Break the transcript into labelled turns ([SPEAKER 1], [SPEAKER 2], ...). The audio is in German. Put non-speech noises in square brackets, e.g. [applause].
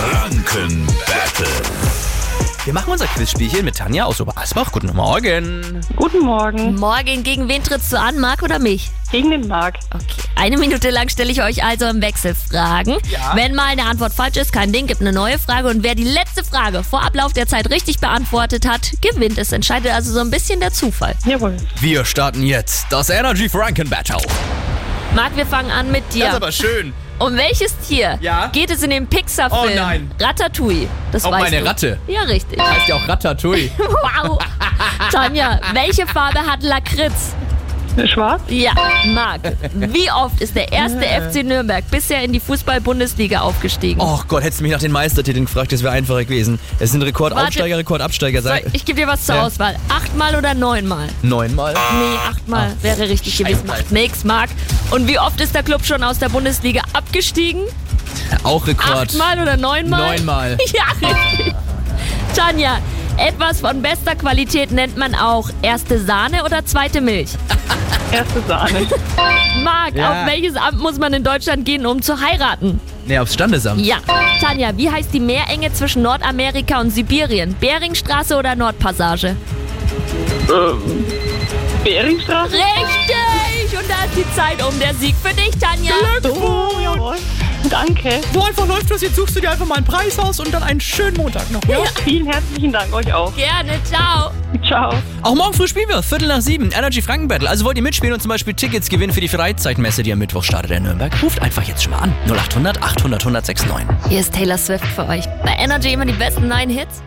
[SPEAKER 1] Franken Battle.
[SPEAKER 2] Wir machen unser Quizspielchen mit Tanja aus Oberasbach. Guten Morgen.
[SPEAKER 3] Guten Morgen.
[SPEAKER 4] Morgen, gegen wen trittst du an, Marc oder mich?
[SPEAKER 3] Gegen den Marc.
[SPEAKER 4] Okay. Eine Minute lang stelle ich euch also im Wechsel Fragen.
[SPEAKER 2] Ja.
[SPEAKER 4] Wenn mal eine Antwort falsch ist, kein Ding, gibt eine neue Frage. Und wer die letzte Frage vor Ablauf der Zeit richtig beantwortet hat, gewinnt. Es entscheidet also so ein bisschen der Zufall.
[SPEAKER 3] Jawohl.
[SPEAKER 2] Wir starten jetzt das Energy Franken Battle.
[SPEAKER 4] Marc, wir fangen an mit dir.
[SPEAKER 2] schön.
[SPEAKER 4] um welches Tier
[SPEAKER 2] Ja?
[SPEAKER 4] geht es in dem Pixar-Film?
[SPEAKER 2] Oh nein.
[SPEAKER 4] Ratatouille. Das
[SPEAKER 2] Um
[SPEAKER 4] weißt
[SPEAKER 2] eine
[SPEAKER 4] du.
[SPEAKER 2] Ratte.
[SPEAKER 4] Ja, richtig. [laughs]
[SPEAKER 2] Heißt ja auch Ratatouille.
[SPEAKER 4] Wow. Tanja, welche Farbe hat Lakritz?
[SPEAKER 3] Schwarz?
[SPEAKER 4] Ja, Marc, wie oft ist der erste FC Nürnberg bisher in die Fußball-Bundesliga aufgestiegen?
[SPEAKER 2] Ah. Oh Gott, hättest du mich nach den Meistertiteln gefragt, das wäre einfacher gewesen. Es sind Rekordaufsteiger,
[SPEAKER 4] Warte.
[SPEAKER 2] Rekordabsteiger.
[SPEAKER 4] Soll
[SPEAKER 2] Sei
[SPEAKER 4] ich ich gebe dir was zur
[SPEAKER 2] Ja.
[SPEAKER 4] Auswahl. Achtmal oder neunmal?
[SPEAKER 2] neunmal.
[SPEAKER 4] Nee, achtmal
[SPEAKER 2] Ah.
[SPEAKER 4] wäre richtig gewesen. Macht nix, Marc. Und wie oft ist der Club schon aus der Bundesliga abgestiegen?
[SPEAKER 2] Auch Rekord.
[SPEAKER 4] Achtmal oder neunmal?
[SPEAKER 2] Neunmal.
[SPEAKER 4] [laughs] Ja, richtig. Tanja, etwas von bester Qualität nennt man auch erste Sahne oder zweite Milch?
[SPEAKER 3] Erste Sahne.
[SPEAKER 4] Marc,
[SPEAKER 2] Ja.
[SPEAKER 4] auf welches Amt muss man in Deutschland gehen, um zu heiraten?
[SPEAKER 2] Nee, aufs Standesamt.
[SPEAKER 4] Ja. Tanja, wie heißt die Meerenge zwischen Nordamerika und Sibirien? Beringstraße oder Nordpassage?
[SPEAKER 3] ähm, Beringstraße?
[SPEAKER 4] Richtig! Und da ist die Zeit um. Der Sieg für dich, Tanja.
[SPEAKER 3] Oh, jawohl. Danke.
[SPEAKER 2] Wo einfach läuft das, jetzt suchst du dir einfach mal einen Preis aus und dann einen schönen Montag noch.
[SPEAKER 3] Vielen herzlichen Dank euch auch.
[SPEAKER 4] Gerne, ciao.
[SPEAKER 3] Ciao.
[SPEAKER 2] Auch morgen früh spielen wir, Viertel nach sieben, Energy Franken Battle. Also wollt ihr mitspielen und zum Beispiel Tickets gewinnen für die Freizeitmesse, die am Mittwoch startet in Nürnberg? Ruft einfach jetzt schon mal an. 0800 800 1069.
[SPEAKER 4] Hier ist Taylor Swift für euch. Bei Energy immer die besten neuen Hits.